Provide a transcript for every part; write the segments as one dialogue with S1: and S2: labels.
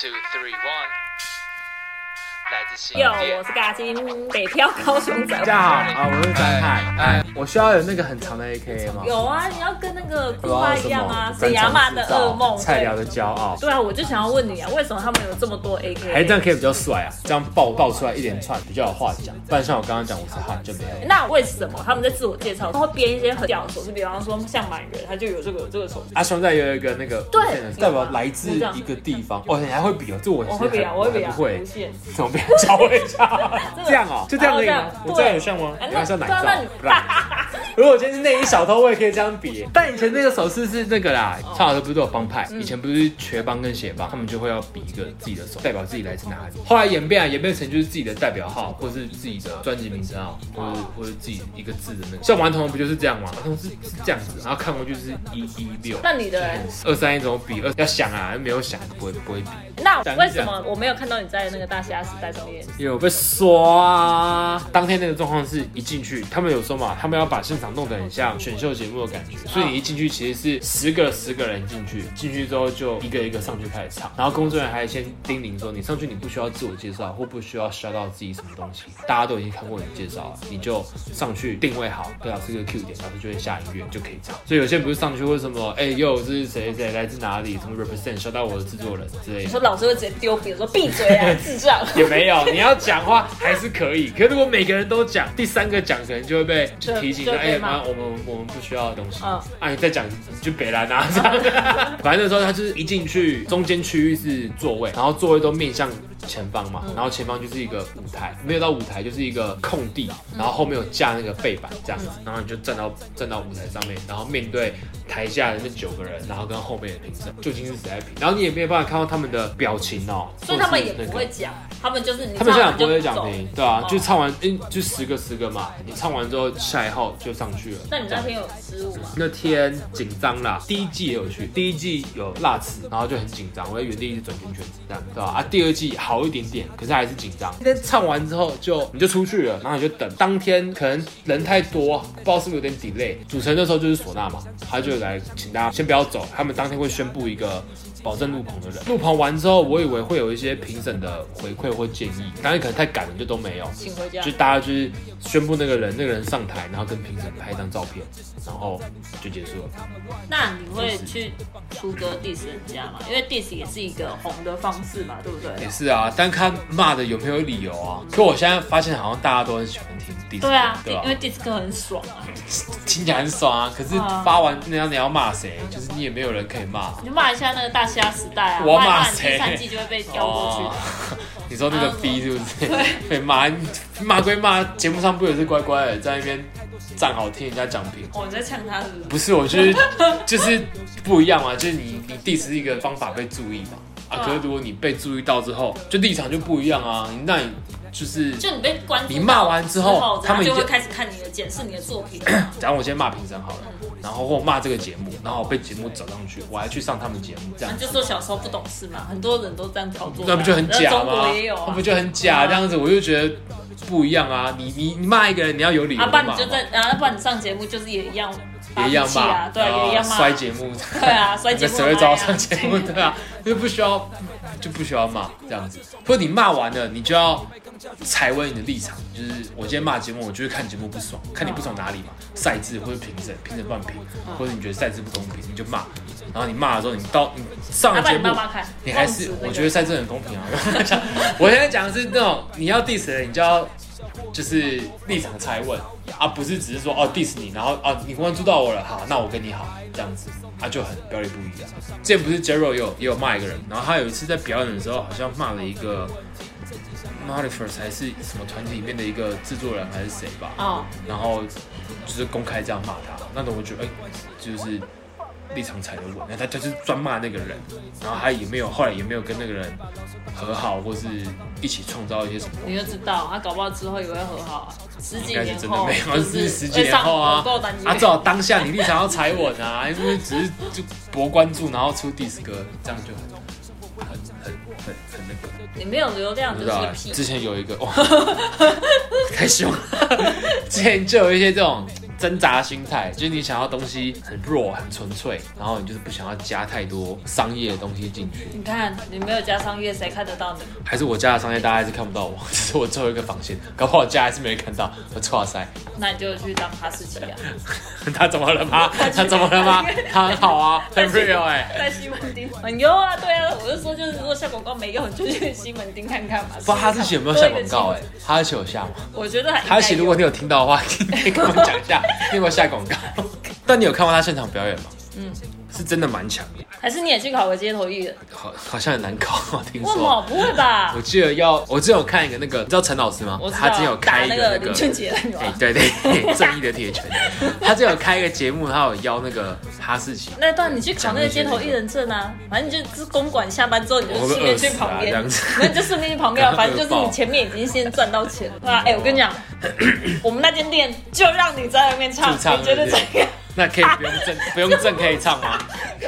S1: Two, three, one，来自新
S2: 哟，
S1: 店
S3: 嗯
S2: 我是嘎金，北漂高雄仔
S3: 大。家好啊，我是张翰。哎，我需要有那个很长的 AKA 吗？
S2: 有啊，你要跟那个哭花一样啊，沈阳妈的噩梦。
S3: 菜
S2: 对
S3: 鸟的骄傲。
S2: 对啊，我就想要问你啊，为什么他们有这么多 A
S3: 还
S2: K？
S3: 是这样可以比较帅啊，这样爆爆出来一连串比较有话讲，不然像我刚刚讲我是汉就没有。
S2: 那为什么他们在自我介绍他会编一些很屌的手势？比方说像满人，他就有这个有这个手势。
S3: 阿雄在有一个那个
S2: 对
S3: 无限的代表来自一个地方，哦，你还会比哦，这我是
S2: 我会比啊，
S3: 还
S2: 我会比啊，
S3: 还不会
S2: 无，限。
S3: 怎么变教我一下？这样哦，就这样而已吗
S2: 哦这样，
S3: 我这样有像吗？
S2: 哎
S3: 你
S2: 那
S3: 还是要奶
S2: 对啊，那你
S3: 罩，不然。如果我今天是内衣小偷，我也可以这样比。 哦嗯但以前那个手势是那个啦，蔡老师不是都有帮派？以前不是瘸帮跟斜帮，他们就会要比一个自己的手，代表自己来自哪里。后来演变啊，演变成就是自己的代表号，或是自己的专辑名称啊，或者或者自己一个字的那个。像顽童不就是这样吗？顽童是是这样子，然后看过就是一一六。
S2: 那你的嘞
S3: 二三一怎么比？二要想啊，没有想不会不会比，
S2: 那为什么我没有看到你在那个大西亚时代上面？
S3: 因为我被刷、啊。当天那个状况是一进去，他们有说嘛，他们要把现场弄得很像选秀节目的感觉，所以你一进去其实是十个十个人进去，进去之后就一个一个上去开始唱，然后工作人员还先叮咛说，你上去你不需要自我介绍或不需要 shout out 自己什么东西，大家都已经看过你介绍了，你就上去定位好，对老啊师一个 Q 点，老师就会下音乐你就可以唱。所以有些人不是上去会什么，哎哟，这是谁谁来自哪里，什么 represent shout out 我的制作人之类的
S2: 你。说老师会直接丢笔，说闭嘴啊，智障。
S3: 也没有，你要讲话还是可以。可是如果每个人都讲，第三个讲可能就会被就提醒
S2: 就
S3: 说，
S2: 就被
S3: 哎
S2: 骂
S3: 妈，我们我们不需要的东西。
S2: 嗯
S3: 啊，你再讲你就别来拿这样。反正那时候他就是一进去，中间区域是座位，然后座位都面向前方
S2: 嗯
S3: 嘛，然后前方就是一个舞台，没有到舞台就是一个空地，
S2: 嗯
S3: 然后后面有架那个背板这样子，然后你就站到站到舞台上面，然后面对台下的那九个人，然后跟后面的评审，究竟是谁在评，然后你也没有办法看到他们的表情哦，
S2: 所以他们
S3: 或
S2: 也
S3: 是那
S2: 不
S3: 个
S2: 会讲，他们就是你
S3: 他们现在也
S2: 唱完
S3: 不会
S2: 就
S3: 讲
S2: 走。
S3: 评，对啊
S2: 哦，
S3: 就唱完，嗯，就十个十个嘛，你唱完之后下一号就上去了。
S2: 那你那天有失误吗？
S3: 那天紧张啦，第一季也有去，第一季有辣词，然后就很紧张，我在原地一直转圈圈，这样对吧、啊？第二季好一点点，可是还是紧张。那天唱完之后就你就出去了，然后你就等。当天可能人太多，不知道是不是有点 delay。主持人那时候就是唢呐嘛，他就来请大家先不要走，他们当天会宣布一个保证入棚的人。入棚完之后，我以为会有一些评审的回馈或建议，当然可能太赶了就都没有。
S2: 请回家
S3: 就。大家就是宣布那个人，那个人上台，然后跟评审拍一张照片，然后就结束了。
S2: 那你会去出歌 diss 人家吗？因为 diss 也是一个红的方式嘛，对不对？
S3: 也是啊，但看骂的有没有理由啊。可我现在发现，好像大家都很喜欢听 diss，
S2: 对啊，
S3: 对吧
S2: 因？为 diss 歌很爽啊，
S3: 听起来很爽啊，可是发完那样你要骂谁，就是你也没有人可以骂。
S2: 你就骂一下那个大虾时代啊，
S3: 我要
S2: 骂一
S3: 骂
S2: 骂你
S3: 谁
S2: 第三季就会被叼过去。啊
S3: 哦， 你说那个 B 是不是？ 被骂骂归骂，节目上不也是乖乖的在那边站好听人家讲评？
S2: 哦，你在呛他是不是？
S3: 不是，我就是 就是不一样嘛，就是你你 diss 一个方法被注意嘛，
S2: 嗯
S3: 啊，可是如果你被注意到之后，就立场就不一样啊，你那你就是，
S2: 就你被关注到
S3: 你骂完之后
S2: 他
S3: 他
S2: 们
S3: 们已
S2: 就
S3: 经
S2: 会开始看你的检视你的作 品。
S3: 假如我先骂评审好了，
S2: 嗯
S3: 然后或骂这个节目，然后我被节目找上去，我还去上他们节目，这样
S2: 那就说小时候不懂事嘛，很多人都这样操作嘛，啊
S3: 那不就很假
S2: 中
S3: 吗
S2: 国也有？
S3: 那
S2: 啊
S3: 不。就很假？这样子我就觉得不一样啊！你你你骂一个人，你要有理由
S2: 啊，
S3: 骂
S2: 不然
S3: 嘛
S2: 你，就在，啊，不然你上节目就是也一样发
S3: 也一
S2: 脾气
S3: 样骂
S2: 啊，，对，也一样
S3: 然后
S2: 骂啊，
S3: 摔节目，
S2: 对 啊，摔节
S3: 那
S2: 目
S3: 谁会
S2: 骂
S3: 找我
S2: 呀
S3: 上节目？对啊，就不需要，就不需要骂这样子。或者你骂完了，你就要踩稳你的立场，就是我今天骂节目，我就是看节目不爽，看你不爽哪里嘛，赛制或者评审，评审乱评，
S2: 嗯
S3: 或者你觉得赛制不公平，你就骂。然后你骂了之后，你到你上了
S2: 啊不然
S3: 节
S2: 你
S3: 目
S2: 骂骂看，
S3: 你还是我觉得赛制很公平啊。 我现在讲的是那种你要 diss 人，你就要就是立场拆问啊，不是只是说哦 diss 你，然后啊你关注到我了，好，那我跟你好这样子啊，就很表里不一啊。之前不是 Jero 也有也有骂一个人，然后他有一次在表演的时候，好像骂了一个 m o d i f e r s 还是什么团体里面的一个制作人还是谁吧，
S2: 哦，
S3: 然后就是公开这样骂他，那种我觉得哎、就是立场踩得稳，那他就是专骂那个人，然后他也没有后来也没有跟那个人和好，或是一起创造一些什么。
S2: 你就知道，啊他搞不好之后也会和好啊，十几
S3: 应该是
S2: 年
S3: 真的
S2: 后
S3: 没有，啊
S2: 就是
S3: 十几
S2: 会
S3: 年
S2: 上
S3: 后啊
S2: 网购单，
S3: 啊，
S2: 元
S3: 至，少当下你立场要踩稳啊，因为只是就博关注，然后出 diss 歌，这样就很很很很很那个。
S2: 你没有流量
S3: 不
S2: 就
S3: 知
S2: 是
S3: 道
S2: 个
S3: 欸
S2: 屁。
S3: 之前有一个哇， 太凶了。 之前就有一些这种挣扎心态，就是你想要东西很弱、很纯粹，然后你就是不想要加太多商业的东西进去。
S2: 你看，你没有加商业，谁看得到你？
S3: 还是我加的商业，大家还是看不到我， 这是我最后一个防线，搞不好加还是没人看到。我哇塞，
S2: 那你就去当哈士奇啊，
S3: 他怎么了吗？他怎么了 吗？他很好啊， 很 real 哎、
S2: 在西门町很优啊，对啊，我就说就是如果下广告没用，你就去西门町看看嘛。
S3: 不知道哈士奇有没有下广告哎、
S2: 多一个机
S3: 哈士奇有下吗？
S2: 会？我觉得还应该
S3: 哈士奇，如果
S2: 有
S3: 你有听到的话，你可以跟我们讲一下，你有没有下 广告？但你有看过他现场表演吗？
S2: 嗯
S3: 嗯，是真的蛮强的，
S2: 还是你也去考个街头艺人？
S3: 好好像很难搞，我听
S2: 为什么
S3: 说。
S2: 不会吧
S3: 我？记得要，我之前有看一个那个，你知道陈老师吗
S2: 我？知道
S3: 他之前有开一
S2: 打
S3: 个
S2: 那
S3: 那
S2: 林
S3: 个，
S2: 俊杰的女
S3: 哎、
S2: 儿
S3: 对对对， 正义的铁拳。他之前有开一个节目，他有邀那个哈士奇，
S2: 那段你去考那个街头艺人证啊，反正你就是公馆下班之后，你就
S3: 我会
S2: 顺
S3: 不会
S2: 便
S3: 饿死
S2: 去
S3: 啊
S2: 旁边，
S3: 这样子
S2: 那你就顺便去旁边啊，反正就是你前面已经先赚 到钱了。对啊，哎，我跟你讲，我们那间店就让你在外面唱，
S3: 驻唱
S2: 你觉得
S3: 对不
S2: 怎
S3: 对
S2: 样？
S3: 那可以不用证，不用证可以唱吗？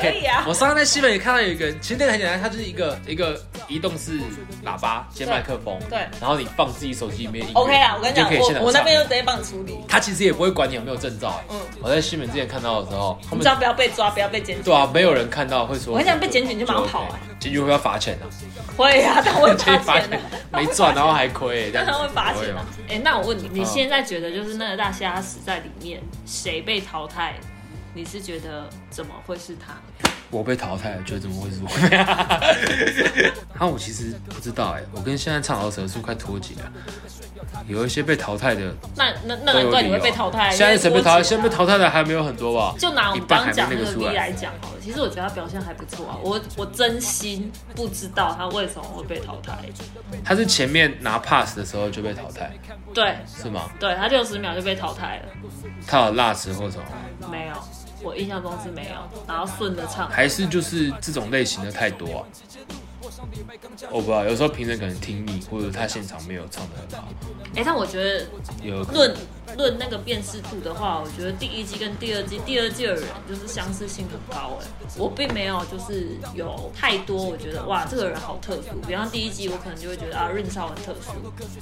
S2: 可以啊
S3: 我上次在西本也看到有一个，其实那个很简单，它就是一个一个移动式喇叭接麦克风，
S2: 对
S3: 然后你放自己手机里面的音乐
S2: OK 啊，我跟你
S3: 就
S2: 讲
S3: 可以现，场
S2: 我我那边就
S3: 唱
S2: 直接帮你处理，
S3: 他其实也不会管你有没有证照。
S2: 嗯
S3: 嗯，我在西本之前看到的时候，他
S2: 你
S3: 们
S2: 只要不要被抓，不要被检举。
S3: 对啊，没有人看到会说，
S2: 我跟你讲被检举你就马上跑啊
S3: OK，检举会不会要罚钱啊，
S2: 会啊，但我会 罚
S3: 罚
S2: 钱的
S3: 钱。没赚，然后还 亏，这
S2: 当
S3: 样
S2: 然会罚
S3: 不
S2: 钱
S3: 吗
S2: 啊！哎、那我问
S3: 嗯
S2: 你，你现在觉得就是那个大虾死在里面，谁被淘汰？你是觉得怎么会是他？
S3: 我被淘汰了，觉得怎么会是 我？然后我其实不知道哎、我跟现在唱老舌是不是快脱节了。有一些被淘汰的
S2: 那那
S3: 都
S2: 那难
S3: 有
S2: 怪
S3: 理
S2: 你
S3: 由
S2: 会被淘汰。
S3: 现在谁被淘汰？现在被
S2: 淘。
S3: 淘汰的还没有很多吧？
S2: 就拿我
S3: 一
S2: 们
S3: 半
S2: 刚
S3: 还
S2: 刚
S3: 没那
S2: 讲那
S3: 个
S2: 个
S3: 出
S2: V 来
S3: 来。
S2: 讲好了，其实我觉得他表现还不错啊，我我真心不知道他为什么会被淘汰。
S3: 他是前面拿 pass 的时候就被淘汰，
S2: 对
S3: 是吗？
S2: 对，他六十秒就被淘汰了，
S3: 他有辣词或什么，
S2: 没有，我印象中是没有。然后顺着唱，
S3: 还是就是这种类型的太多啊？我不知道，有时候评审可能听腻，或者他现场没有唱的很好，
S2: 哎、但我觉得
S3: 也有可能
S2: 论论那个辨识度的话，我觉得第一季跟第二季，第二季的人就是相似性很高哎、我并没有就是有太多我觉得哇这个人好特殊，比方第一季我可能就会觉得啊润少很特殊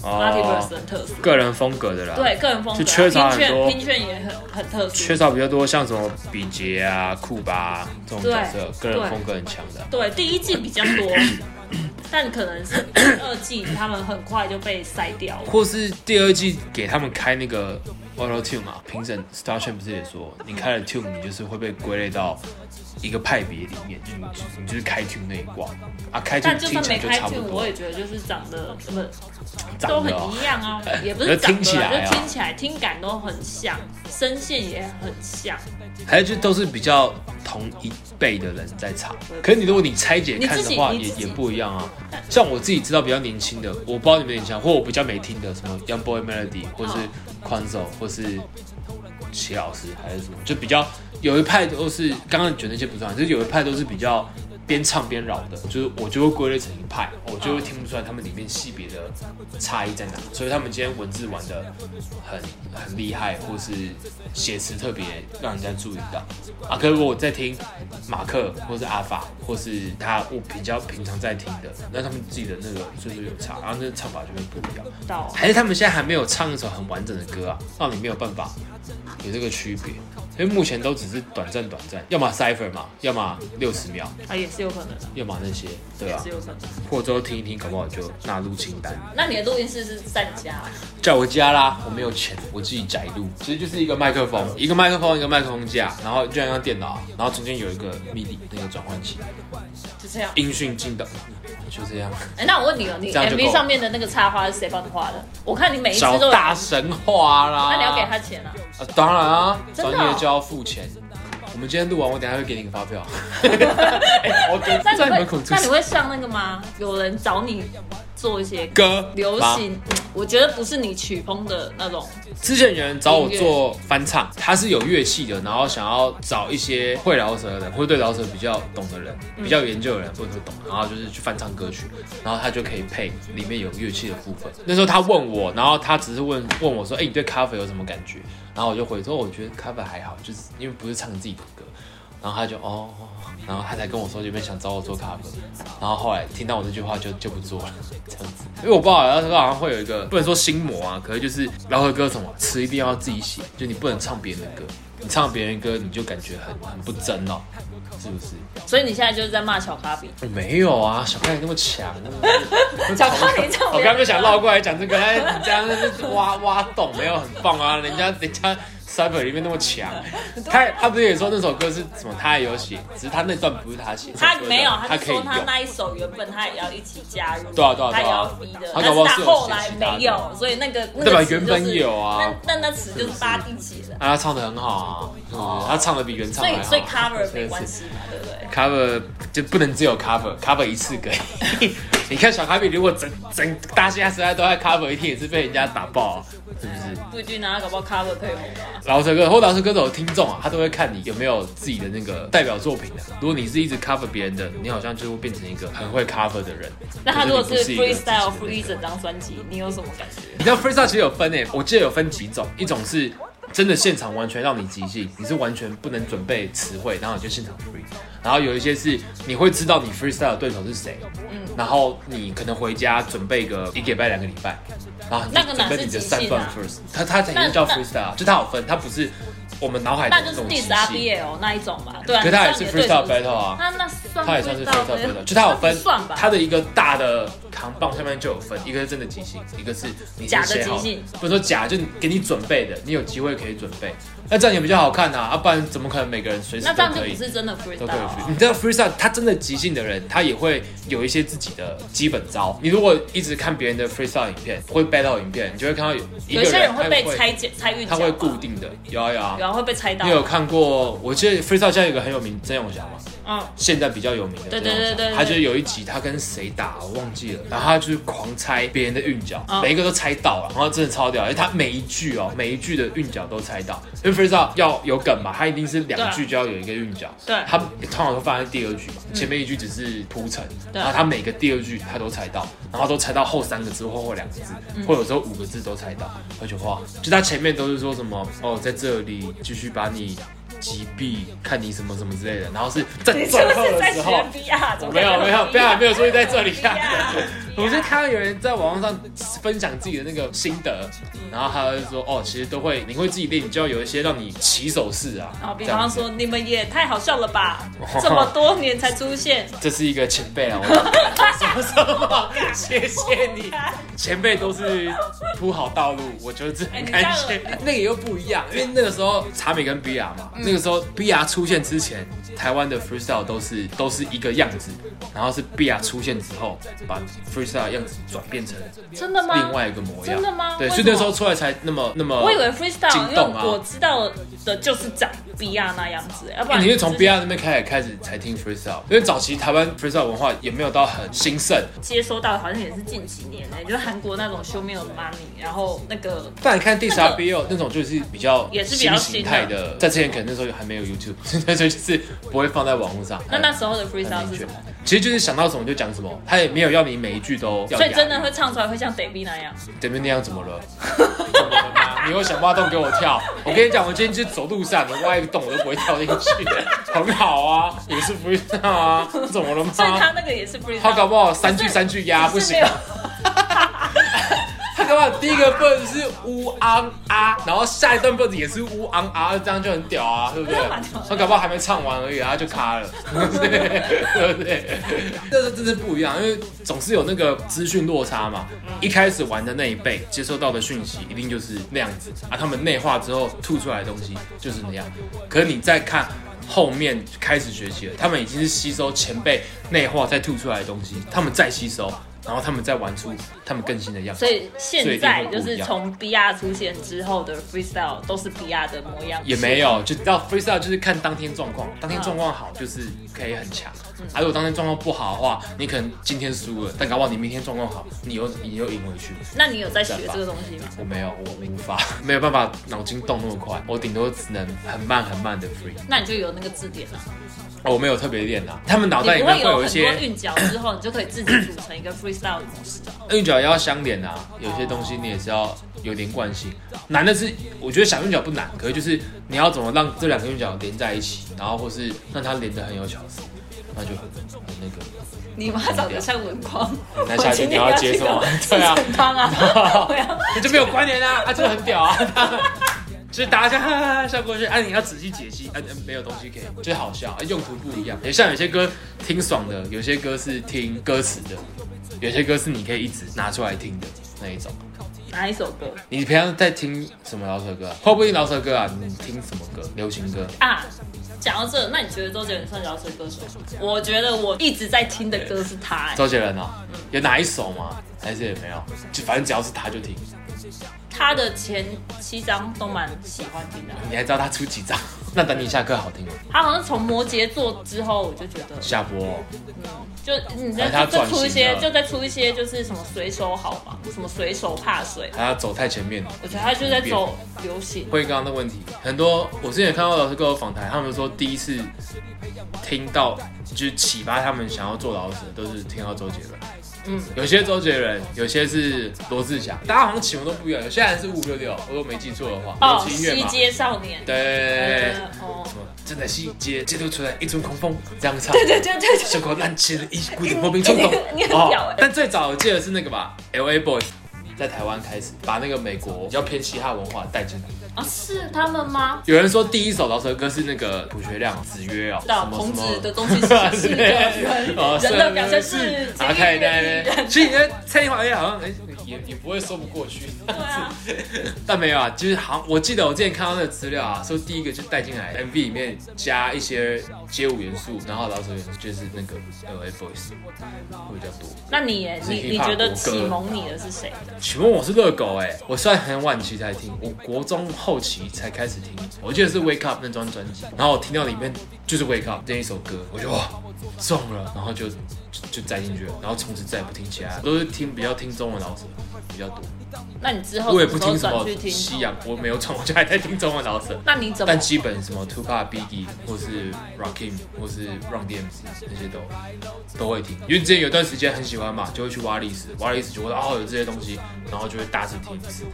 S2: m a r t i v e r s
S3: 哦，
S2: 很特殊，
S3: 个人风格的啦。
S2: 对个人风格
S3: 就缺少
S2: 啊，
S3: 很
S2: 拼券
S3: 多
S2: 拼券也很很特殊，
S3: 缺少比较多像什么比杰啊、库巴、啊、这种角色，个
S2: 对
S3: 人风格很强的。
S2: 对第一季比较多，但可能是第二季他们很快就被筛掉了。
S3: 或是第二季给他们开那个 Auto Tune 嘛，评审 Star Chain 不是也说，你开了 Tune，你就是会被归类到一个派别里面，就你你就是开 Tune 那一挂啊，开 Tune
S2: 但就
S3: 听
S2: 算
S3: 起
S2: 没
S3: 来 就
S2: 开
S3: 差不
S2: 卷，我
S3: 多
S2: 也，觉得就是长得什么都
S3: 长
S2: 很
S3: 得哦
S2: 一 样啊，也不
S3: 就是听
S2: 长得
S3: 起
S2: 啊
S3: 来啊
S2: 就听起来听感都很像，声线也很像。
S3: 还是就都是比较同一辈的人在唱。可是你如果你拆解看的话，
S2: 嗯你
S3: 也
S2: 自己你自己嗯
S3: 也不一样啊。像我自己知道比较年轻的，我不知道你们有印象，或我比较没听的，什么 Young Boy Melody，或是
S2: 哦
S3: q u a n z o 或是齐老师，还是什么，就比较有一派都是刚刚你觉得那些不算，就是有一派都是比较。边唱边饶的，就是我就会归类成一派，我
S2: 嗯
S3: 就会听不出来他们里面系别的差异在哪，所以他们今天文字玩的很很厉害，或是写词特别让人家注意到。啊，可是我在听马克，或是阿法，或是他我比较平常在听的，那他们自己的那个岁数有差，然后那唱法就会不一样。
S2: 到
S3: 还是他们现在还没有唱一首很完整的歌啊，让你没有办法有这个区别。因为目前都只是短暂短暂，要么 cipher 嘛，要么六十秒，
S2: 啊也是有可能的，
S3: 要么那些，对啊
S2: 也
S3: 吧、
S2: 是有可能。啊
S3: 或之后听一听，搞不好就纳入清单。
S2: 那你的录音室是在你家？啊
S3: 在我家啦，我没有钱，我自己宅录，其实就是一个麦克风，一个麦克风，一个麦克风架，然后就像一张电脑，然后中间有一个 MIDI 那个转换器，
S2: 就这样。
S3: 音讯进的，就这样。
S2: 哎，那我问你哦，你
S3: 这样就够
S2: MV 上面的那个插花是谁帮你画的？我看你每一次
S3: 找
S2: 都有，
S3: 大神话啦，
S2: 那你要给他钱啊？
S3: 啊，当然啊，
S2: 真的
S3: 专
S2: 哦
S3: 业就要付钱。我们今天录完，我等一下会给你一个发票。哎我给
S2: 那你
S3: 在门口
S2: 会
S3: 出
S2: 那你会上那个吗？有人找你做一些
S3: 歌
S2: 流
S3: 吧
S2: 行，我觉得不是你曲风的那种。
S3: 之前有人找我做翻唱，他是有乐器的，然后想要找一些会饶舌的人，或者对饶舌比较懂的人，比较有研究的人，或者说懂，然后就是去翻唱歌曲，然后他就可以配里面有乐器的部分。那时候他问我，然后他只是问问我说：“哎、你对 cover 有什么感觉？”然后我就回说：“我觉得 cover 还好，就是因为不是唱自己的歌。”然后他就哦，然后他才跟我说，原本想找我做 cover，然后后来听到我这句话就就不做了， 这样子。因为我爸他好像会有一个不能说心魔啊，可是就是饶河歌什么词一定要自己写，就你不能唱别人的歌，你唱别人的歌你就感觉很很不真哦，是不是？
S2: 所以你现在就是在骂小咖 比，
S3: 我没有啊，小盖你那么强，
S2: 小咖比这种
S3: 我刚刚想
S2: 唠。
S3: 绕过来讲这个，哎，你这样就是挖挖洞没有很棒啊，人家人家 Cyber 里面那么强，他他不是也说那首歌是什么？他也有写，只是他那段不是他写，
S2: 他
S3: 是歌的
S2: 没有，
S3: 他
S2: 就
S3: 可以用。
S2: 说他那一首原本他也要一起加入，
S3: 对啊对啊对啊
S2: 他也要 B 的，
S3: 他
S2: 但
S3: 搞不
S2: 是
S3: 好
S2: 他
S3: 是有
S2: 后
S3: 写
S2: 来
S3: 其他的
S2: 没有，所以那个那
S3: 代表
S2: 个词
S3: 原本
S2: 就是
S3: 有啊
S2: 那那那词就是八弟写的，
S3: 啊，他唱的很好啊，是不是他唱的比原唱
S2: 所
S3: 还哎好。
S2: 以所以
S3: 所
S2: cover
S3: 以
S2: 没
S3: 是
S2: 关系嘛，对不对？
S3: cover 就不能只有 cover，cover 一次给。 你看小咖比，如果整整大家时代都在 cover，一天也是被人家打爆、啊，是不是？
S2: 不一定啊，搞不好 cover 可以红啊。
S3: 饶舌歌或饶舌歌手的听众啊，他都会看你有没有自己的那个代表作品的、如果你是一直 cover 别人的，你好像就会变成一个很会 cover 的人。
S2: 那他如果
S3: 可
S2: 是
S3: 你不一个自己的那
S2: freestyle
S3: 个
S2: free 整张专辑，你有什么感觉？
S3: 你知道 freestyle 其实有分诶、欸我记得有分几种，一种是真的现场完全让你即兴，你是完全不能准备词汇，然后你就现场 free。然后有一些是你会知道你 freestyle 的对手是谁，嗯，然后你可能回家准备个一个礼拜、两个礼拜，然后你就
S2: 那个哪
S3: 准备你
S2: 是
S3: 的
S2: 即
S3: 三
S2: 兴
S3: 段
S2: 啊
S3: first，它它才
S2: 那
S3: 能叫
S2: 那
S3: freestyle，就它有分，它不是我们脑海中
S2: 那
S3: 的
S2: 就
S3: 那
S2: 是
S3: 种即
S2: diss
S3: 兴。
S2: RBL 那一种嘛，对啊。
S3: 可
S2: 你
S3: 他也是
S2: 知道你的对手
S3: freestyle battle 啊，
S2: 那那算
S3: 他也算是
S2: freestyle
S3: freestyle battle，
S2: battle，
S3: 就他有
S2: 那
S3: 分
S2: 不算吧，，
S3: 他的一个大的扛棒下面就有分，一个是真的即兴，一个是你先
S2: 假的
S3: 写好
S2: 即兴，
S3: 不是说假，就给你准备的，你有机会可以准备，那这样也比较好看啊，啊不然怎么可能每个人随时
S2: 那这
S3: 都
S2: 样就
S3: 可以
S2: 不是真的
S3: 都可以
S2: freestyle 啊
S3: free。你知道 freestyle 他真的即兴的人，他也会有一些自己的基本招。你如果一直看别人的 freestyle 影片，会 battle 影片，你就会看到有一
S2: 有
S3: 个
S2: 些人
S3: 人
S2: 会
S3: 他
S2: 被拆解拆运
S3: 他
S2: 脚
S3: 会
S2: 嘛，
S3: 固定的，有啊有啊。
S2: 然后会被拆到
S3: 你。有看过？我记得 freestyle 现在有一个很有名，曾永霞嘛。
S2: 嗯，
S3: 现在比较有名的，
S2: 对对
S3: 这种
S2: 对对对
S3: 他就是有一集他跟谁打我忘记了，然后他就是狂猜别人的韵脚，
S2: 嗯
S3: 每一个都猜到了，然后真的超屌，因为他每一句哦，每一句的韵脚都猜到，因为 freestyle 要有梗嘛，他一定是两句就要有一个韵脚，
S2: 对嗯
S3: 他通常都放在第二句嘛，前面一句只是铺陈，
S2: 对
S3: 然后他每个第二句他都猜到，然后都猜到后三个字或后两个字，
S2: 嗯
S3: 或有时候五个字都猜到，而且哇，就他前面都是说什么哦，在这里继续把你。击毙，看你什么什么之类的，然后是在
S2: 你是
S3: 最
S2: 不
S3: 后
S2: 是
S3: 的
S2: 在
S3: 时
S2: 学
S3: 候，
S2: VR？怎么
S3: 没有没有，不要没有出现在这里啊
S2: VR
S3: 我就看到有人在网上分享自己的那个心得，然后他就说哦，其实都会，你会自己练，你就要有一些让你起手式啊。
S2: 然后比
S3: 这样
S2: 方
S3: 子，
S2: 说，你们也太好笑了吧！这么多年才出现，
S3: 这是一个前辈啊，我什么什么，谢谢 你，
S2: 啊
S3: 前辈都是铺好道路，我觉得这很感
S2: 哎
S3: 谢
S2: 你这。
S3: 那个又不一样，因为那个时候茶美跟 BR 嘛，那个时候 BR 出现之前，台湾的 freestyle 都是都是一个样子，然后是 BR 出现之后，把 freestyle 的样子转变成
S2: 真的吗？
S3: 另外一个模样。
S2: 真的吗
S3: 对，
S2: 为什么
S3: 所以那时候出来才那么那么。
S2: 我以为 freestyle，
S3: 呃进
S2: 因
S3: 洞
S2: 为
S3: 啊
S2: 我知道的就是长 VR 那样子，要不
S3: 欸
S2: 然
S3: 你是从
S2: 之前
S3: BR 那边开始开始才听 freestyle，因为早期台湾 freestyle 文化也没有到很兴盛，
S2: 接收到，好像也是近几年呢、就是韩国那种 show me your money，然后那个
S3: 但你看 d i s
S2: 那
S3: R
S2: 个
S3: B O 那种就是比较
S2: 也是比较
S3: 形态的，在之前可能那时候还没有 YouTube，那 时候就是不会放在网络上。
S2: 那那时候的
S3: 很
S2: freestyle
S3: 明
S2: 是
S3: 确
S2: 什么？
S3: 其实就是想到什么就讲什么，他也没有要你每一句都要押韵。
S2: 所以真的会唱出来会像 baby 那样，
S3: 对面那样怎么了？怎么了吗？ 啊你又想挖洞给我跳？我跟你讲，我今天就走路上，你挖一个洞我都不会跳进去，很好啊，也是不会跳啊，怎么了
S2: 所以他
S3: 吗？
S2: 那个也是 freestyle。
S3: 他搞不好三句三句压不
S2: 只是
S3: 行
S2: 没有
S3: 啊，他搞不好第一个 b 是乌昂啊，然后下一段 b 也是乌昂啊，这样就很屌啊，对不对
S2: 那蛮屌的？
S3: 他搞不好还没唱完而已，他就卡了，对不对？但是真是不一样，因为总是有那个资讯落差嘛。一开始玩的那一辈接收到的讯息一定就是那样子啊，他们内化之后吐出来的东西就是那样。可是你再看。后面开始学习了，他们已经是吸收前辈内化再吐出来的东西，他们再吸收，然后他们再玩出他们更新的样子
S2: 所。以现在就是从 BR 出现之后的 freestyle 都是 BR 的模样，
S3: 也没有，就到 freestyle 就是看当天状况，当天状况好就是可以很强，啊，如果当天状况不好的话，你可能今天输了，但搞不好你明天状况好，你又你又赢回去。
S2: 那你有在学这个东西吗？
S3: 我没有，我无法， 没有办法脑筋动那么快，我顶多只能很慢很慢的 free。
S2: 那你就有那个字典了、
S3: 哦我没有特别练啊，他们脑袋
S2: 你
S3: 里
S2: 不
S3: 面
S2: 会
S3: 会有
S2: 有
S3: 一
S2: 很多
S3: 些
S2: 韵脚之后，你就可以自己组成一个 freestyle 的模式。
S3: 韵脚也要相连啊，有些东西你也是要有连贯性。难的是，我觉得想韵脚不难，可是就是你要怎么让这两个韵脚连在一起，然后或是让它连得很有巧思，那就很很那个。
S2: 你妈长得像文光，
S3: 那下去你要接什么
S2: 我今
S3: 对
S2: 天
S3: 啊
S2: 要去个 汤啊，我要
S3: 你就没有关联啊，啊，这个很屌啊。就是大家哈哈哈笑过去，啊，你要仔细解析，啊，呃没有东西可以，就是好笑，啊用途不一样。也像有些歌听爽的，有些歌是听歌词的，有些歌是你可以一直拿出来听的那一种。
S2: 哪一首歌
S3: 你平常在听什么老舍歌、啊？会不会听老舍歌啊？你听什么歌？流行歌？
S2: 啊？讲到这，那你觉得周杰伦算饶舌歌手吗？我觉得我一直在听的歌是他、欸，
S3: 周杰伦啊？有哪一首吗？还是也没有？就反正只要是他就听。
S2: 他的前七张都蛮喜欢听的。
S3: 你还知道他出几张？ 那等你下课好听吗？
S2: 他好像从摩羯座之后，我就觉得
S3: 下播哦、
S2: 就你
S3: 哎他
S2: 再再
S3: 转
S2: 出一
S3: 型
S2: 些，
S3: 了
S2: 就再出一些，就是什么水手好嘛，什么水手怕水，
S3: 他走太前面了。哦
S2: 我觉得他就在走流行。
S3: 关于刚刚的问题，很多我之前有看到老师跟我访谈，他们说第一次听到就是启发他们想要做老师，都是听到周杰伦。
S2: 嗯，
S3: 有些周杰伦，有些是罗志祥，大家好像启蒙都不一样。有些人是五六六，我如果没记错的话，
S2: 哦，
S3: 流行音乐
S2: 西
S3: 嘛。
S2: 街少年。
S3: 对，
S2: 呃哦，
S3: 什么正在西街，街头传来一阵狂风，这样唱。
S2: 对对对对对，。
S3: 效果烂起了一股的莫名冲动哦
S2: 你很屌欸
S3: 但最早我记得是那个吧，L A Boys 在台湾开始把那个美国比较偏嘻哈文化带进来。
S2: 啊，是他们吗？
S3: 有人说第一首饶舌歌是那个朴学亮《子曰》哦，
S2: 知道
S3: 什么
S2: 孔
S3: 什
S2: 子
S3: 么
S2: 的东西是 是个人，
S3: 哦
S2: 人的表现是
S3: 啊，
S2: 基
S3: 太
S2: 于人
S3: 对
S2: 与
S3: 对，
S2: 人。
S3: 其实你在蔡依华也好像哎也也不会说不过去，
S2: 对啊，
S3: 但没有啊，就是好像我记得我之前看到那个资料啊，说第一个就带进来 MV 里面加一些街舞元素，然后饶舌元素就是那个 L A Boys 会比较多。
S2: 那你耶，
S3: 是
S2: 你
S3: hip-hop
S2: 你觉得
S3: 国歌
S2: 启蒙你的是谁的？
S3: 请问我是热狗哎、我算很晚期才听，我国中后期才开始听，我记得是 Wake Up 那张专辑，然后我听到里面就是 Wake Up 那一首歌，我就哇中了，然后就就就栽进去了，然后从此再也不听其他，都是听比较听中文老师比较多，
S2: 那你之后
S3: 我也
S2: 什
S3: 不
S2: 么时
S3: 听什
S2: 候
S3: 么
S2: 转去听？
S3: 西洋，我没有转，我就还在听中文老师。
S2: 那你怎么
S3: 但？基本什么 Tupac、Biggie 或是 Rakim 或是 Run DMC 那些都都会听，因为之前有段时间很喜欢嘛，就会去挖历史，挖历史就会哦有这些东西，然后就会大致听一次，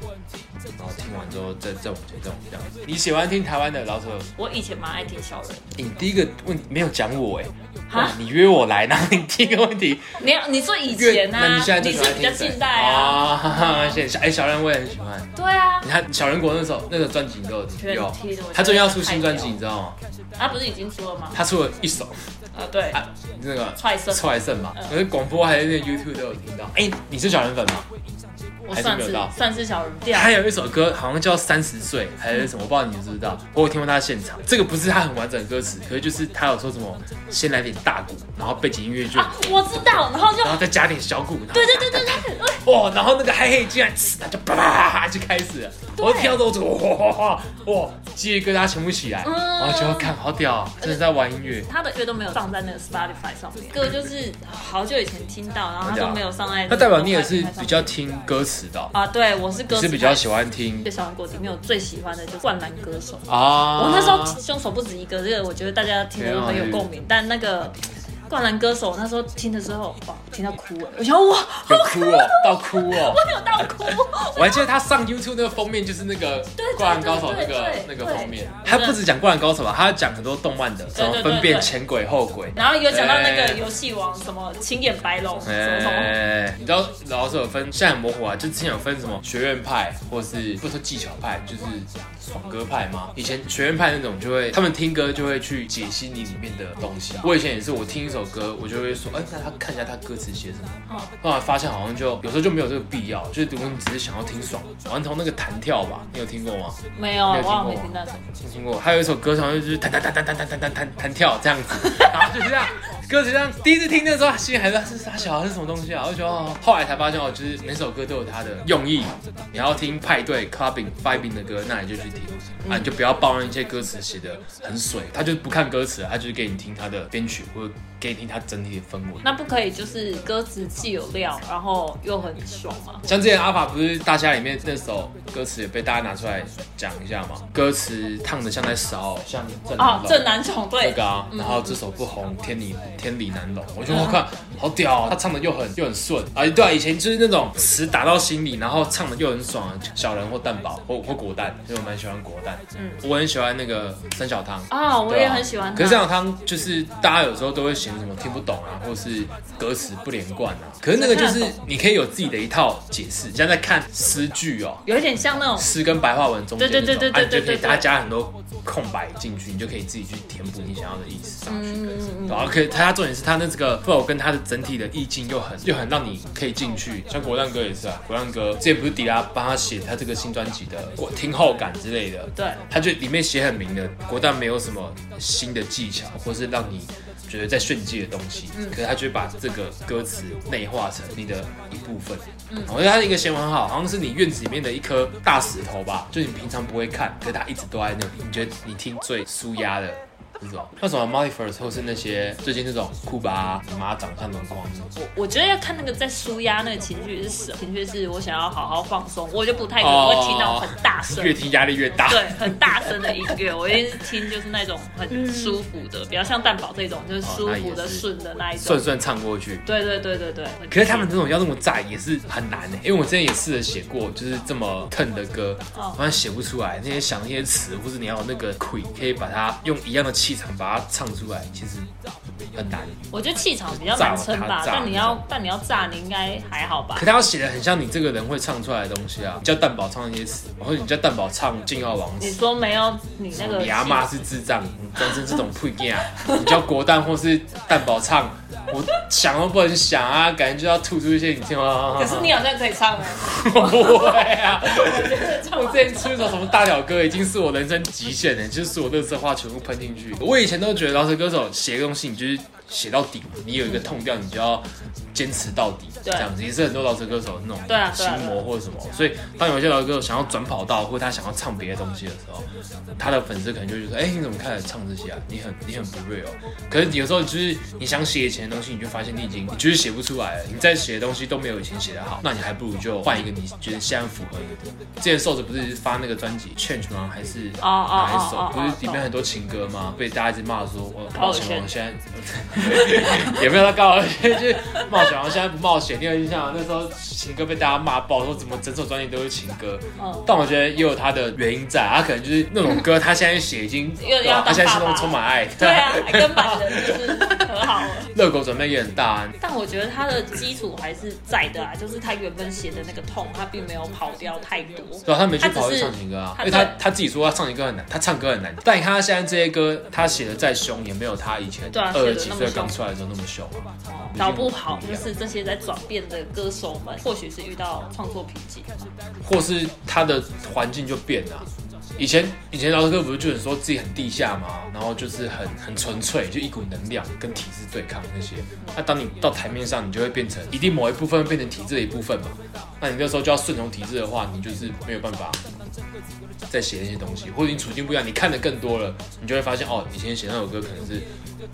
S3: 然后听完之后再再往前再往前这样子。你喜欢听台湾的老手？
S2: 我以前蛮爱听小人。
S3: 你第一个问没有讲我哎、
S2: 哈
S3: 哇你约我来，然后你第一个问题
S2: 没有，你说以前
S3: 那
S2: 啊，
S3: 你现在最喜欢
S2: 是比较
S3: 听谁
S2: 近代啊，
S3: 哦哈哈谢谢小哎、小人我也很喜欢。
S2: 对啊，
S3: 你看小人国那首那个专辑你都有听，
S2: 全
S3: 有
S2: 听我
S3: 他最近要出
S2: 觉得
S3: 新专
S2: 太
S3: 辑，
S2: 屌
S3: 你知道吗？
S2: 他啊不是已经说了吗？
S3: 他出了一首，
S2: 啊，对，
S3: 啊，那个
S2: 踹胜
S3: 踹胜嘛
S2: 嗯，
S3: 可是广播还有那个 YouTube 都有听到。哎、你是小人粉吗？
S2: 我
S3: 还是
S2: 算
S3: 没有
S2: 是
S3: 到
S2: 算是小人调，
S3: 他有一首歌好像叫《三十岁》还是什么，我不知道你知不知
S2: 嗯
S3: 道。我有听过他的现场，这个不是他很完整的歌词，可是就是他有说什么先来点大鼓，然后背景音乐就，
S2: 啊，我知道，然后就
S3: 然后再加点小鼓，然后
S2: 对对对对对对，
S3: 哇，然后那个嗨嘿竟然呲，他就啪啪啪就开始了。
S2: 对
S3: 我听到这种哇哇哇哇，鸡皮疙瘩全部起来，
S2: 嗯
S3: 然后就要看好屌哦，真的在玩音乐。
S2: 他的歌都没有上在那个 Spotify 上面，歌就是好久以前听到，然后他都没有上在。
S3: 那代表你也是比较听歌词的哦、
S2: 啊，对，我是歌
S3: 你
S2: 手，
S3: 是比较喜欢听
S2: 对小人国里面我最喜欢的就是《灌篮歌手》。
S3: 啊
S2: 我那时候凶手不止一个，这个我觉得大家听的都很有共
S3: 啊
S2: 鸣，但那个。灌篮歌手，我那时候听的时候，哇，听到哭了，我想哇，
S3: 有哭哦，到哭 哦。
S2: 没有到哭，
S3: 我还记得他上 YouTube 那个封面就是那个
S2: 对对
S3: 《灌篮高手》那个
S2: 对对
S3: 那个封面，
S2: 对
S3: 他不止讲《灌篮高手》吧，他讲很多动漫的，什么
S2: 对对
S3: 分辨
S2: 对
S3: 前鬼后鬼。
S2: 然后有讲到那个
S3: 对
S2: 游戏王什么青眼白龙什么什么，
S3: 哎，你知道老师有分，现在很模糊啊，就之前有分什么学院派，或是不说技巧派，就是爽歌派吗？以前学院派那种就会，他们听歌就会去解析你里面的东西。我以前也是，我听一首歌，我就会说，哎、那他看一下他歌词写什么
S2: 嗯。
S3: 后来发现好像就有时候就没有这个必要，就是如果你只是想要听爽，顽童那个弹跳吧，你有听过吗？
S2: 没有，
S3: 没有
S2: 我
S3: 听过
S2: 好像没听到什么。
S3: 没听过，还有一首歌好像就是弹弹弹弹弹弹弹弹弹弹跳这样子， 然后就是这样。歌词这样，第一次听的时候，心里还在是傻小孩是什么东西啊？我就觉得哦，后来才发现哦，就是每首歌都有它的用意。你要听派对、clubbing、vibing 的歌，那你就去听啊，你就不要抱怨一些歌词写的很水，他就是不看歌词，他就是给你听他的编曲或者给你听他整体的氛围。
S2: 那不可以，就是歌词既有料，然后又很爽啊嘛。
S3: 像之前阿法不是大家里面那首歌词也被大家拿出来讲一下嘛，歌词烫的像在烧，像正
S2: 哦，
S3: 常
S2: 正男宠对
S3: 这，个啊，然后这首不红，天理天理难容。我就我靠，好屌、哦，他唱的又很又很顺啊！对啊，以前就是那种词打到心里，然后唱的又很爽，小人或蛋堡或或果蛋，所以我蛮喜欢果蛋。嗯，我很喜欢那个三小汤
S2: 啊我
S3: 对
S2: 也很喜欢他
S3: 可是三小汤就是大家有时候都会嫌什么听不懂啊，或是歌词不连贯啊。可是那个就
S2: 看
S3: 是
S2: 得懂
S3: 你可以有自己的一套解释，像在看诗句哦，
S2: 有一点像那种
S3: 诗跟白话文中间
S2: 对对
S3: 那种，
S2: 对对
S3: 啊，
S2: 对
S3: 你就可
S2: 对
S3: 以
S2: 对
S3: 大家加很多空白进去，你就可以自己去填补你想要的意思
S2: 嗯
S3: 上去。然后可以，它重点是它那这个 flow 跟它的整体的意境又很又很让你可以进去。像国浪哥也是啊，国浪哥这也不是迪拉帮他写他这个新专辑的过听后感之类的，
S2: 对
S3: 他就里面写很明的，国蛋没有什么新的技巧，或是让你。觉得在炫技的东西，
S2: 嗯
S3: 可是他就会把这个歌词内化成你的一部分。
S2: 嗯
S3: 我觉得他的一个形容很好，好像是你院子里面的一颗大石头吧，就你平常不会看，可是它一直都在那里。你觉得你听最舒压的是什么？那什么 m o l i f e r s 或是那些最近这种酷吧、你妈长相轮光，
S2: 我我觉得要看那个在舒压那个情绪是什么，情绪是我想要好好放松，我就不太可能会听那种很大声。
S3: 越听压力越大。
S2: 对，很大声的音乐，我一定是听就是那种很舒服的，比较像蛋堡这种，就是舒
S3: 哦那
S2: 服
S3: 也
S2: 的、
S3: 是
S2: 顺的那一种
S3: 顺。顺唱过去。
S2: 对对对对对。
S3: 可是他们这种要这么炸也是很难欸的、因为我之前也试着写过，就是这么疼的歌，
S2: 哦
S3: 好像写不出来。那些想那些词，或是你要有那个 q u e e 可以把它用一样的气场把它唱出来，其实很难。
S2: 我觉得气场比较难撑吧，
S3: 炸
S2: 但你要但你要炸，你应该还好吧
S3: 可？他要写的很像你这个人会唱出来的东西啊，你叫蛋宝唱一些词，或者你叫蛋宝唱《进化王
S2: 你
S3: 子
S2: 说没有你那》，个
S3: 你阿妈
S2: 气
S3: 是智障，你真是这种配件啊！你叫国蛋或是蛋宝唱，我想都不能想啊，感觉就要吐出一些你听吗？
S2: 可是你好像可以唱哎、
S3: 我不会啊！
S2: 我
S3: 我之前出一首什么大屌歌，已经是我人生极限了，就是我乐色话全部喷进去。我以前都觉得饶舌歌手写东西，你就是写到底，你有一个痛调，你就要坚持到底，这
S2: 对
S3: 样子也是很多饶舌歌手那种
S2: 对啊对
S3: 心
S2: 啊
S3: 魔或者什么。所以当有一些饶舌歌手想要转跑道，或他想要唱别的东西的时候，他的粉丝可能就会说：“哎、你怎么开始唱这些啊？你很你很不 real。”可是有时候就是你想写以前的东西，你就发现你已经你就是写不出来了，你再写的东西都没有以前写的好，那你还不如就换一个你觉得现在符合你的。之前瘦子不是发那个专辑《Change》吗？还是
S2: 哦哦
S3: 哪一
S2: 哦
S3: 首
S2: 哦？
S3: 不
S2: 哦
S3: 是里面很多情歌吗？被大家一直骂说我冒
S2: 高尔
S3: 险
S2: 宣
S3: 王现在也没有到高尔宣，哎就是冒险王现在不冒险。你有印象吗那时候情歌被大家骂爆，说怎么整首专辑都是情歌。
S2: 嗯
S3: 但我觉得也有他的原因在，他可能就是那种歌，他现在写已经，
S2: 又
S3: 对吧
S2: 要当
S3: 他现在心
S2: 爸
S3: 中
S2: 爸
S3: 充满 爱。
S2: 对啊，跟版人就是和好了。
S3: 热狗转变也很大、啊，
S2: 但我觉得他的基础还是在的啊，就是他原本写的那个痛，他并没有跑掉太多。
S3: 对啊，他没去
S2: 他只
S3: 跑去
S2: 是
S3: 唱情歌啊，因
S2: 他
S3: 为他
S2: 对
S3: 他自己说他唱情歌很难，他唱歌很难。但你看他现在这些歌，他写的再凶，也没有他以前
S2: 对啊
S3: 二十
S2: 写得
S3: 几
S2: 那么
S3: 岁
S2: 凶
S3: 刚出来的时候那么凶啊。
S2: 搞不好就是这些在转变的歌手们，或许是遇到创作瓶颈。
S3: 或是他的环境就变了啊、以前以前饶舌歌不是就是说自己很地下嘛，然后就是很很纯粹，就一股能量跟体制对抗那些。那当你到台面上，你就会变成一定某一部分会变成体制的一部分嘛。那你那时候就要顺从体制的话，你就是没有办法再写那些东西，或者你处境不一样，你看的更多了，你就会发现哦，以前写那首歌可能是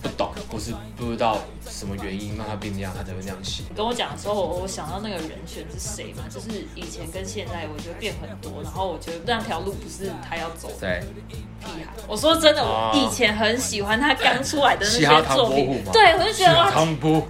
S3: 不懂，或是不知道什么原因让它变那样，它才会那样写。
S2: 你跟我讲的时候，我我想到那个人选是谁嘛，就是以前跟现在，我觉得变很多。然后我觉得那条路不是他要走的
S3: 对，
S2: 屁孩。我说真的，
S3: 哦
S2: 我以前很喜欢他刚出来的那
S3: 嘻哈
S2: 些
S3: 唐
S2: 作
S3: 伯虎
S2: 品
S3: 嘛，
S2: 对，我就觉得哇，
S3: 汤波，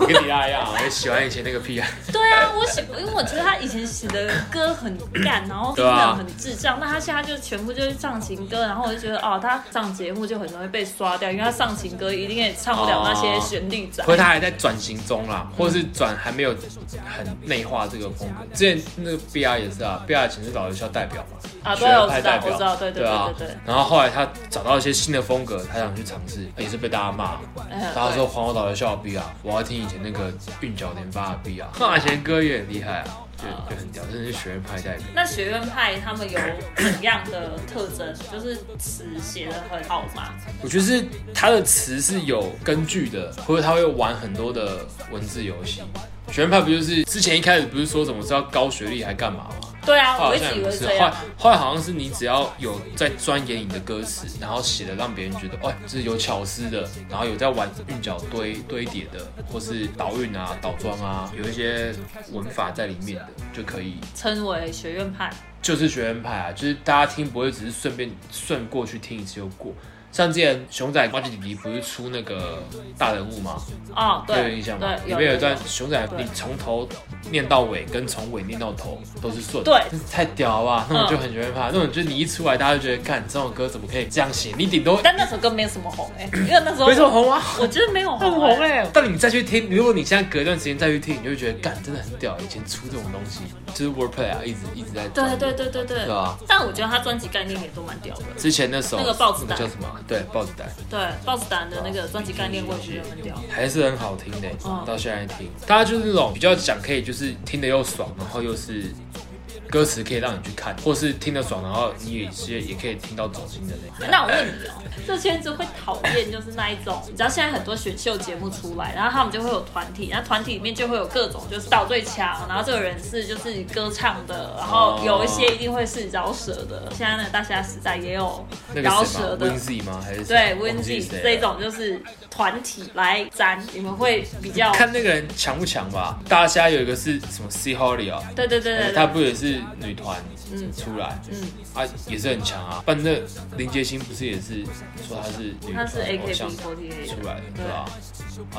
S3: 跟你那样，我也喜欢以前那个屁 啊。
S2: 对啊，我喜，因为我觉得他以前写的歌很干，然后
S3: 对
S2: 真
S3: 啊
S2: 的很智障。那他现在就全部就是唱情歌，然后我就觉得哦，他上节目就很容易被刷掉，因为他上情歌一定也唱不了那些旋律仔。
S3: 或者他还在转型中啦，或者是转还没有很内化这个风格。之前那个 B R 也是啊，B R 以前是老学校代表嘛，
S2: 啊
S3: 学
S2: 对我知道
S3: 派代表，
S2: 我知道对对
S3: 啊
S2: 对对对。
S3: 然后后来他找到一些新的风格，他想去尝试，也是被大家骂。
S2: 嗯
S3: 大家说还我老学校的 B R，我要听以前那个韵脚连发的 B R，那以前歌也很厉害啊，就就很屌，真的是学院派代表。
S2: 那学院派他们有怎样的特征？就是词写的很好嘛，
S3: 我觉得是他的词是有根据的，或者他会玩很多的文字游戏。学院派不就是之前一开始不是说什么是要高学历还干嘛吗？
S2: 对啊，
S3: 后来好
S2: 我一直
S3: 像
S2: 以
S3: 也
S2: 为
S3: 不是，
S2: 这
S3: 后
S2: 样
S3: 来。后来好像是你只要有在钻研你的歌词，然后写的让别人觉得，哎，这是有巧思的，然后有在玩韵脚堆堆叠的，或是倒韵啊、倒装啊，有一些文法在里面的，就可以
S2: 称为学院派，
S3: 就是学院派啊，就是大家听不会只是顺便顺过去听一次就过，像之前熊仔瓜吉弟弟不是出那个大人物吗？
S2: 哦，
S3: 你有
S2: 对，
S3: 印象吗？
S2: 对，
S3: 里面有一段
S2: 有
S3: 熊仔，
S2: 对
S3: 你从头念到尾，跟从尾念到头都是顺。
S2: 对，
S3: 太屌了吧！那种
S2: 嗯
S3: 就很喜欢怕，那种就是你一出来，大家就觉得，干这种歌怎么可以这样写？你顶多
S2: 但那首歌没有什么红哎、因为那时候
S3: 没什么红啊。
S2: 我觉得没有
S3: 很
S2: 红、
S3: 红
S2: 欸，
S3: 哎、但你再去听，如果你现在隔一段时间再去听，你就会觉得，干真的很屌，以前出这种东西，就是 wordplay 啊，一直一直在
S2: 对
S3: 钻
S2: 对对对对
S3: 对啊
S2: 但我觉得他专辑概念也都蛮屌的。
S3: 之前那首
S2: 那个报纸
S3: 那
S2: 袋
S3: 叫什么？对，报纸袋
S2: 对，豹子胆的那个专辑概念我也觉得很屌。
S3: 还是很好听的、
S2: 嗯
S3: 到现在听，大家就是那种比较想可以就是听得又爽，然后又是歌词可以让你去看，或是听得爽，然后你也是也可以听到走心的那种。
S2: 那我问你哦、这圈子会讨厌就是那一种，你知道现在很多选秀节目出来，然后他们就会有团体，然后团体里面就会有各种就是倒最强，然后这个人是就是歌唱的，然后有一些一定会是饶舌的。现在呢，大侠时代也有
S3: 那
S2: 饶
S3: 个是
S2: 舌
S3: 吗
S2: 的。
S3: ？Winzy 吗？还是
S2: 对 w i
S3: 忘
S2: n
S3: 记
S2: d
S3: 是谁
S2: y
S3: 啊
S2: 这
S3: 了
S2: 种就是团体来沾，你们会比较
S3: 看那个人强不强吧。大家有一个是什么 C Holly 啊，
S2: 对对对对对，
S3: 她不也是女团
S2: 嗯
S3: 出来，
S2: 嗯
S3: 啊也是很强啊。但那林杰星不是也是说她是女
S2: 他是
S3: 团偶
S2: AKB
S3: 像
S2: 48
S3: 出来的，对吧？啊，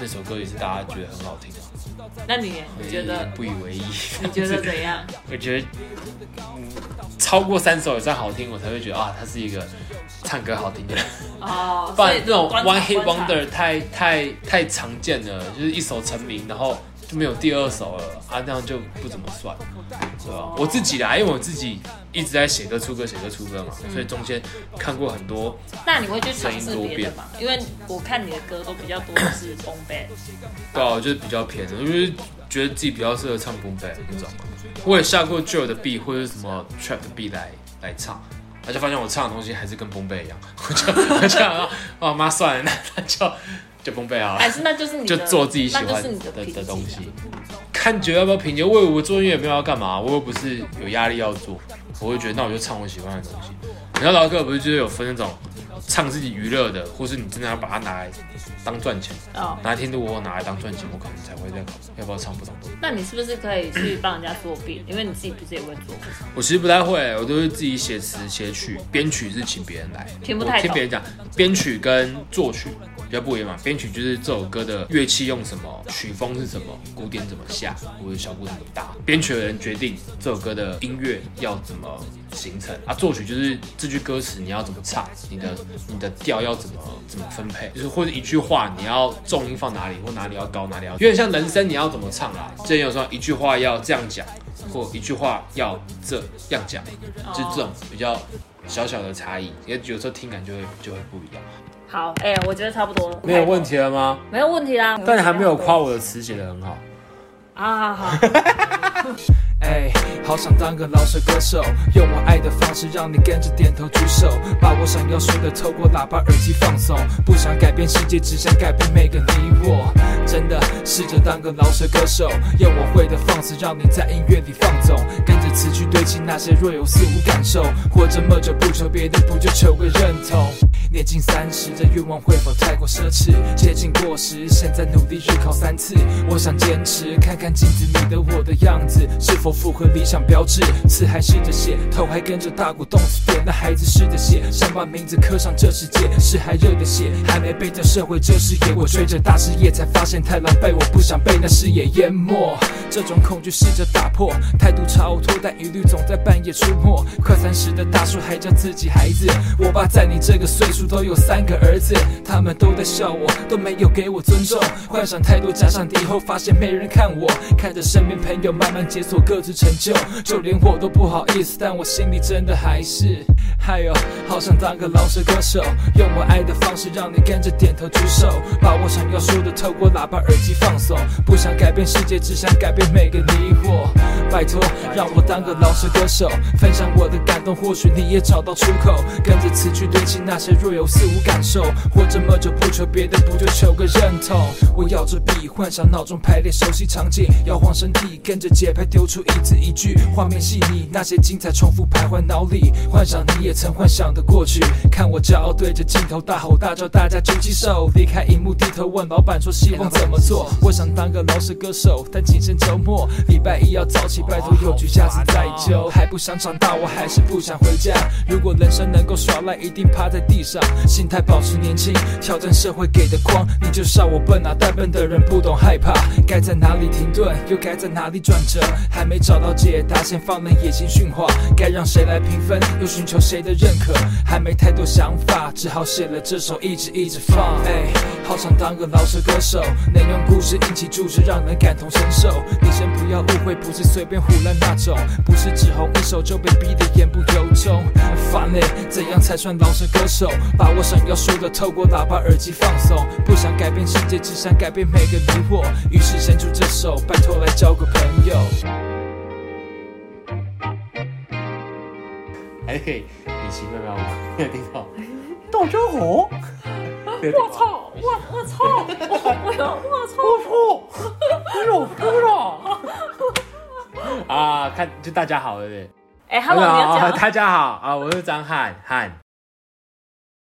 S3: 那首歌也是大家觉得很好听啊。
S2: 那你你觉得
S3: 不以为意？
S2: 你觉得怎样？
S3: 我觉得，嗯，超过三首以上好听，我才会觉得啊，他是一个唱歌好听的人。
S2: 哦，
S3: 不
S2: 所
S3: 然
S2: 以
S3: 那种
S2: 观察
S3: one hit
S2: 观察
S3: wonder 太太太常见了，就是一首成名，然后就没有第二首了啊，那样就不怎么算，对吧？我自己啦，因为我自己一直在写歌出歌，写歌出歌嘛，
S2: 嗯
S3: 所以中间看过很多
S2: 那你会去尝试别的吗？因为我看你的歌都比较多是 b o m b a
S3: 对啊，我就是比较偏的，因为觉得自己比较适合唱 boom bap 那种。我也下过 Joe 的 B 或者是什么 Trap 的 B 来来唱，而且发现我唱的东西还是跟 boom bap 一样，我就 我就想说，哦妈算了，那那就就 boom bap 好
S2: 还
S3: 了，
S2: 是那就是你
S3: 就
S2: 的
S3: 做自己喜
S2: 那就
S3: 欢
S2: 是你的
S3: 的
S2: 品
S3: 的
S2: 质啊
S3: 东西。看觉得要不要评价，我以为我做音乐也没有要干嘛，我又不是有压力要做，我会觉得那我就唱我喜欢的东西。你知道老歌不是就是有分那种唱自己娱乐的，或是你真的要把它拿来当赚钱。
S2: 哦。
S3: 哪一天如果我拿来当赚钱，我可能才会再考虑要不要唱不同的。
S2: 那你是不是可以去帮人家做饼？因为你自己不是也会做？
S3: 我其实不太会，我都是自己写词写曲，编曲是请别人来，
S2: 听不
S3: 我
S2: 太懂
S3: 听别人讲，编曲跟作曲比较不一样嘛。编曲就是这首歌的乐器用什么，曲风是什么，鼓点怎么下，或者小鼓怎么打。编曲的人决定这首歌的音乐要怎么形成啊，作曲就是这句歌词你要怎么唱，你的你的调要怎么怎么分配，就是或者一句话你要重音放哪里，或哪里要高，哪里要，有点像人生你要怎么唱啦。之前有说一句话要这样讲，或一句话要这样讲，就是这种比较小小的差异，也有时候听感就会就会不一样。
S2: 好，哎、我觉得差不多了，哎
S3: 没有问，题了吗？
S2: 没有问题啦。
S3: 但你还没有夸我的词写得很好。
S2: 啊，好好。
S4: 哎，好想当个饶舌歌手，用我爱的方式让你跟着点头举手，把我想要说的透过喇叭耳机放送。不想改变世界，只想改变每个你我。真的试着当个饶舌歌手，用我会的方式让你在音乐里放纵，跟着词句堆砌那些若有似无感受。活着么久不求别的，不就求个认同。年近三十，这愿望会否太过奢侈？接近过时，现在努力日考三次。我想坚持，看看镜子里的我的样子，是否符合理想标志？刺还试着写，头还跟着大股动词变。那孩子试着写，想把名字刻上这世界，是还热的血，还没被这社会这视野。我追着大事业，才发现太狼狈，我不想被那视野淹没。这种恐惧试着打破，态度超脱，但疑虑总在半夜出没。快三十的大叔还叫自己孩子，我爸在你这个岁数都有三个儿子，他们都在笑我，都没有给我尊重。幻想太多，加上敌后，发现没人看我。看着身边朋友慢慢解锁各自成就，就连我都不好意思，但我心里真的还是，还有好想当个饶舌歌手，用我爱的方式让你跟着点头举手，把我想要说的透过喇叭耳机放送。不想改变世界，只想改变每个你我。拜托，让我当个老实歌手，分享我的感动，或许你也找到出口。跟着词句堆砌那些若有似无感受，活这么久不求别的，不就求个认同？我咬着笔，幻想脑中排列熟悉场景，摇晃身体，跟着节拍丢出一字一句，画面细腻，那些精彩重复徘徊脑里，幻想你也曾幻想的过去。看我骄傲对着镜头大吼大叫，大家举起手，离开荧幕低头问老板说希望怎么做？我想当个老实歌手，但仅限周末，礼拜一要早起，拜托邮局下次再揪。还不想长大，我还是不想回家。如果人生能够耍赖，一定趴在地上。上，心态保持年轻，挑战社会给的框。你就笑我笨啊，带笨的人不懂害怕，该在哪里停顿，又该在哪里转折，还没找到解答，先放任野心驯化。该让谁来评分，又寻求谁的认可，还没太多想法，只好写了这首一直一直放。哎，好想当个饶舌歌手，能用故事引起注视，让人感同身受。你先不要误会，不是随便胡乱那种，不是只红一首就被逼得言不由衷。很烦嘞，怎样才算饶舌歌手？把我想要说的透过喇叭耳机放送，不想改变世界，只想改变每个你我。于是伸出这手，拜托来交个朋友。
S3: 还可以比心妹妹吗？你有听到？大家好，
S2: 我操！我我操！我我有我操！
S3: 我操，你哦有哭了？啊，看就大家好，对不对？啊
S2: 哎、h e l l o 你要讲
S3: 大家好啊，我是张翰翰，